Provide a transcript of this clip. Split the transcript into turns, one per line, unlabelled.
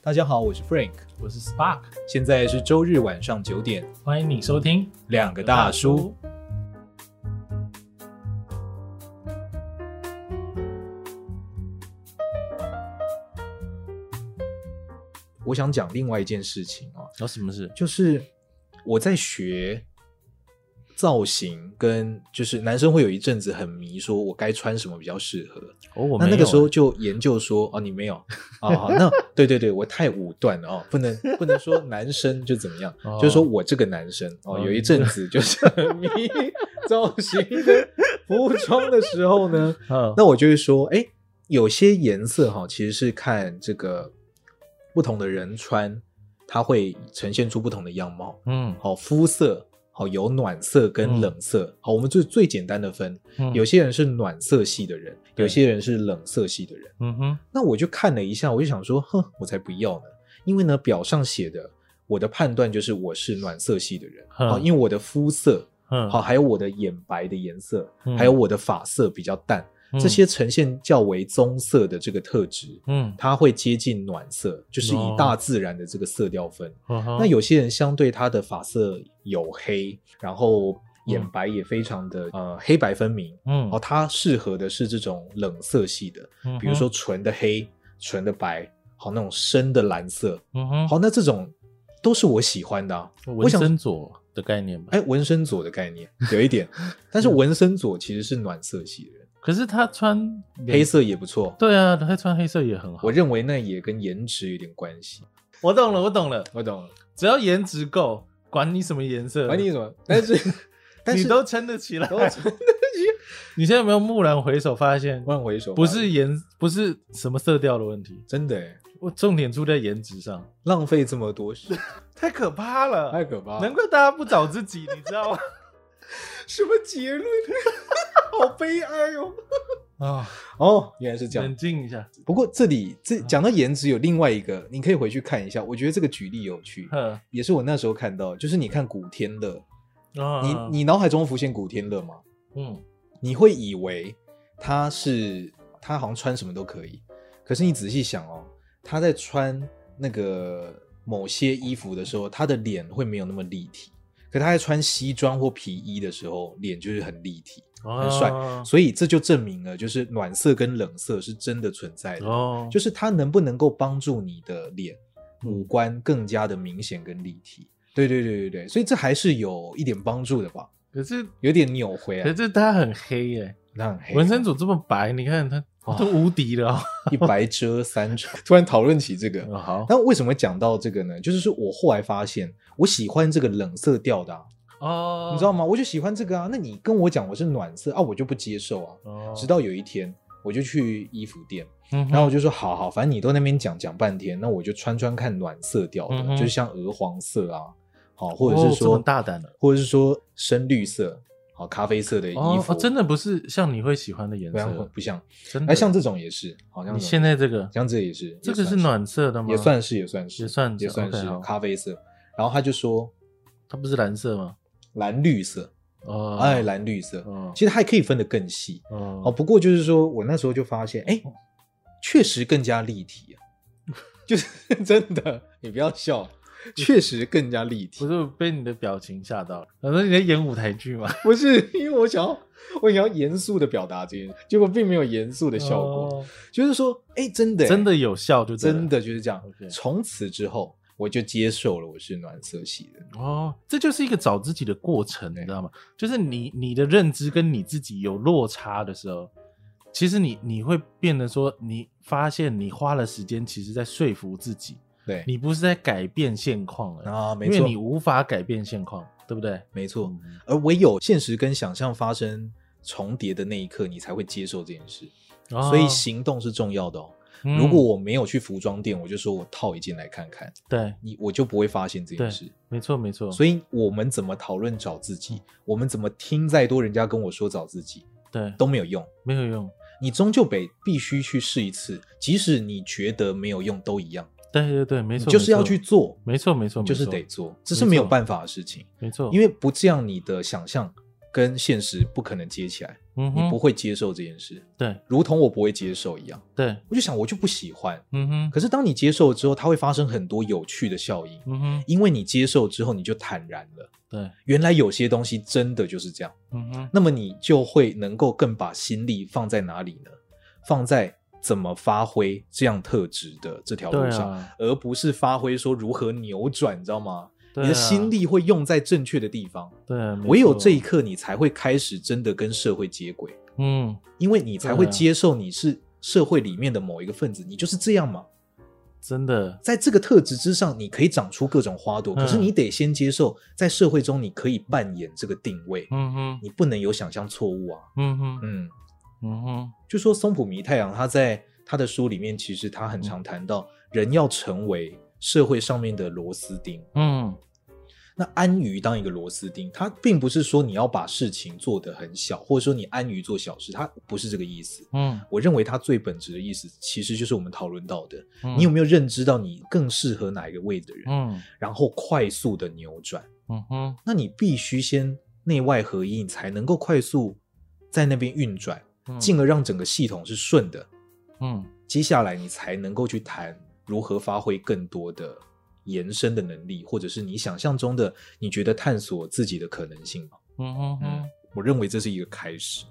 大家好，我是 Frank，
我是 Spark，
现在是周日晚上九点，
欢迎你收听
两个大叔。我想讲另外一件事情哦，
有什么事？
就是我在学造型，跟就是男生会有一阵子很迷，说我该穿什么比较适合。
哦，我
那
没
那个
有
时候
欸
就研究说，哦，你没有，哦，好那对对对，我太武断了哦，不能不能说男生就怎么样，
哦
就是说我这个男生哦，
哦
有一阵子就是 很迷造型跟服装的时候呢，
嗯
那我就会说，哎，有些颜色哈、其实是看这个不同的人穿，它会呈现出不同的样貌。
嗯
好、肤色，好、有暖色跟冷色。好、我们最最简单的分，
嗯
有些人是暖色系的人，
对
有些人是冷色系的人。
嗯哼
那我就看了一下，我就想说，哼，我才不要呢，因为呢，表上写的我的判断就是我是暖色系的人，
嗯
好、因为我的肤色，
嗯
好、还有我的眼白的颜色，
嗯
还有我的发色比较淡，
嗯
这些呈现较为棕色的这个特质，
嗯
它会接近暖色，就是以
哦
大自然的这个色调分。
那
那有些人相对他的发色黝黑，然后眼白也非常的、呃黑白分明，
嗯
哦，他适合的是这种冷色系的，
嗯
比如说
哼
纯的黑、纯的白，好那种深的蓝色，
嗯哼
好那这种都是我喜欢的、啊。我
纹
想
身左的概念吧。
哎，纹身左的概念有一 点，但是纹身左其实是暖色系的人，
可是他穿
黑，色也不错。
对啊，他穿黑色也很好。
我认为那也跟颜值有点关系。
我懂了，我懂了，
我懂了，
只要颜值够，管你什么颜色，
管你什么，但是但是
你都撑得起来。
都
你现在有没有蓦然回首发现，
万回首吧
不是颜，不是什么色调的问题，
真的哎，
我重点出在颜值上，
浪费这么多时 间。
太可怕了，
太可怕了！
难怪大家不找自己，你知道吗？
什么结论？ 好悲哀哦！
啊，
哦，原来是这样
冷。静一下，
不过这里这讲到颜值，有另外一个，你可以回去看一下。我觉得这个举例有趣，
呵，
也是我那时候看到，就是你看古天乐，
啊
你你脑海中浮现古天乐吗？
嗯，
你会以为他是他好像穿什么都可以，可是你仔细想哦，他在穿那个某些衣服的时候，他的脸会没有那么立体。可他在穿西装或皮衣的时候，脸就是很立体，
很
帅
啊嗯
所以这就证明了，就是暖色跟冷色是真的存在的，
哦，
就是它能不能够帮助你的脸五官更加的明显跟立体。对对对对对，所以这还是有一点帮助的吧，
可是
有点扭回
可
来，
是他很黑耶，
那很哎黑，
纹身组这么白，你看他
哇
都无敌了哦。
一白遮三丑。 突然讨论起这个，
哦好
但为什么讲到这个呢？就是说我后来发现，我喜欢这个冷色调的、啊，
哦，
你知道吗？我就喜欢这个啊。那你跟我讲我是暖色啊，我就不接受啊。
哦，
直到有一天，我就去衣服店。
嗯哼，
然后我就说好好，反正你都那边讲讲半天，那我就穿穿看暖色调的，
嗯哼
就是像鹅黄色啊，好，或者
哦
是
这
说、
么大胆的
或者是说深绿色，好咖啡色的衣服，
哦，哦真的不是像你会喜欢的颜
不像
色，
不像，
真的。
哎，像这种也是，好像
你
这种
现在这个，
像这也是，
这
也
个是
算
暖色的吗？
也算是也算是
也算哦
也算
OK，
是
好
咖啡色，然后他就说
它不是蓝色吗？
蓝绿色，
哦，
哎，蓝绿色，
哦，
其实还可以分得更细，哦，
哦，
不过就是说我那时候就发现，哎，确实更加立体啊， 就是真的，你不要笑，确实更加立体
不。是我被你的表情吓到了，反正你在演舞台剧嘛。
不是因为我想要，我想要严肃的表达这件事，结果并没 有严肃的效果。
哦
就是说，哎，真的，
真的，有效就对了
真的就是这样。
OK
从此之后，我就接受了我是暖色系的。
哦，这就是一个找自己的过程，你知道吗？就是你你的认知跟你自己有落差的时候，其实你你会变得说，你发现你花了时间，其实在说服自己，
对
你不是在改变现况了，
啊，没
因为
错，
你无法改变现况，对不对？
没错。
嗯
而唯有现实跟想象发生重叠的那一刻，你才会接受这件事。所以
哦
行动是重要的哦。
嗯
如果我没有去服装店，我就说我套一件来看看，
对，
你我就不会发现这件事。
没错没错，
所
以
以我们怎么讨论找自己，我们怎么听再多人家跟我说找自己
对
都没有用，
没有用，
你终究得必须去试一次，即使你觉得没有用都一样，
对对对，没
你
错，
就是
没
要
错
去，做，
没错没错，没
就是
错
得做，这是没有办法的事情，
没错，
因
为
为不这样你的想象跟现实不可能接起来，
嗯
你
哼，
不会接受这件事，
对
如同我不会接受一样。
对，
我就想，我就不喜欢。
嗯哼，
可是当你接受之后，它会发生很多有趣的效应，
嗯哼，
因为你接受之后，你就坦然了。
对，
原来有些东西真的就是这样，
嗯哼，
那么你就会能够更把心力放在哪里呢？放在怎么发挥这样特质的这条路
对
上，
啊，
而不是发挥说如何扭转，你知道吗？
对
你的
啊
心，力会用在正确的地方，
对啊，没
唯有
错
这一，刻，你才会开始真的跟社会接轨，
嗯，
因为你才会
对啊
接受你是社会里面的某一个分子，你就是这样嘛。
真的，
在这个特质之上，你可以长出各种花朵，
嗯
可是你得先接受，在社会中你可以扮演这个定位，
嗯哼，
你不能有想象错误啊。
嗯哼，
嗯，
嗯哼，
就说松浦弥太郎他在他的书里面，其实他很常谈到，人要成为社会上面的螺丝钉。
嗯，
那安于当一个螺丝钉，他并不是说你要把事情做得很小，或者说你安于做小事，他不是这个意思。
嗯，
我认为他最本质的意思，其实就是我们讨论到的，
嗯
你有，没有认知到你更适合哪一个位的人，
嗯，
然后快速的扭转。
嗯哼，
那你必须先内外合一，你才能够快速在那边运转，
嗯
进，而让整个系统是顺的。
嗯，
接下来你才能够去谈如何发挥更多的延伸的能力，或者是你想象中的你觉得探索自己的可能性嘛。
嗯哼
嗯
哼，，
我认为这是一个开始。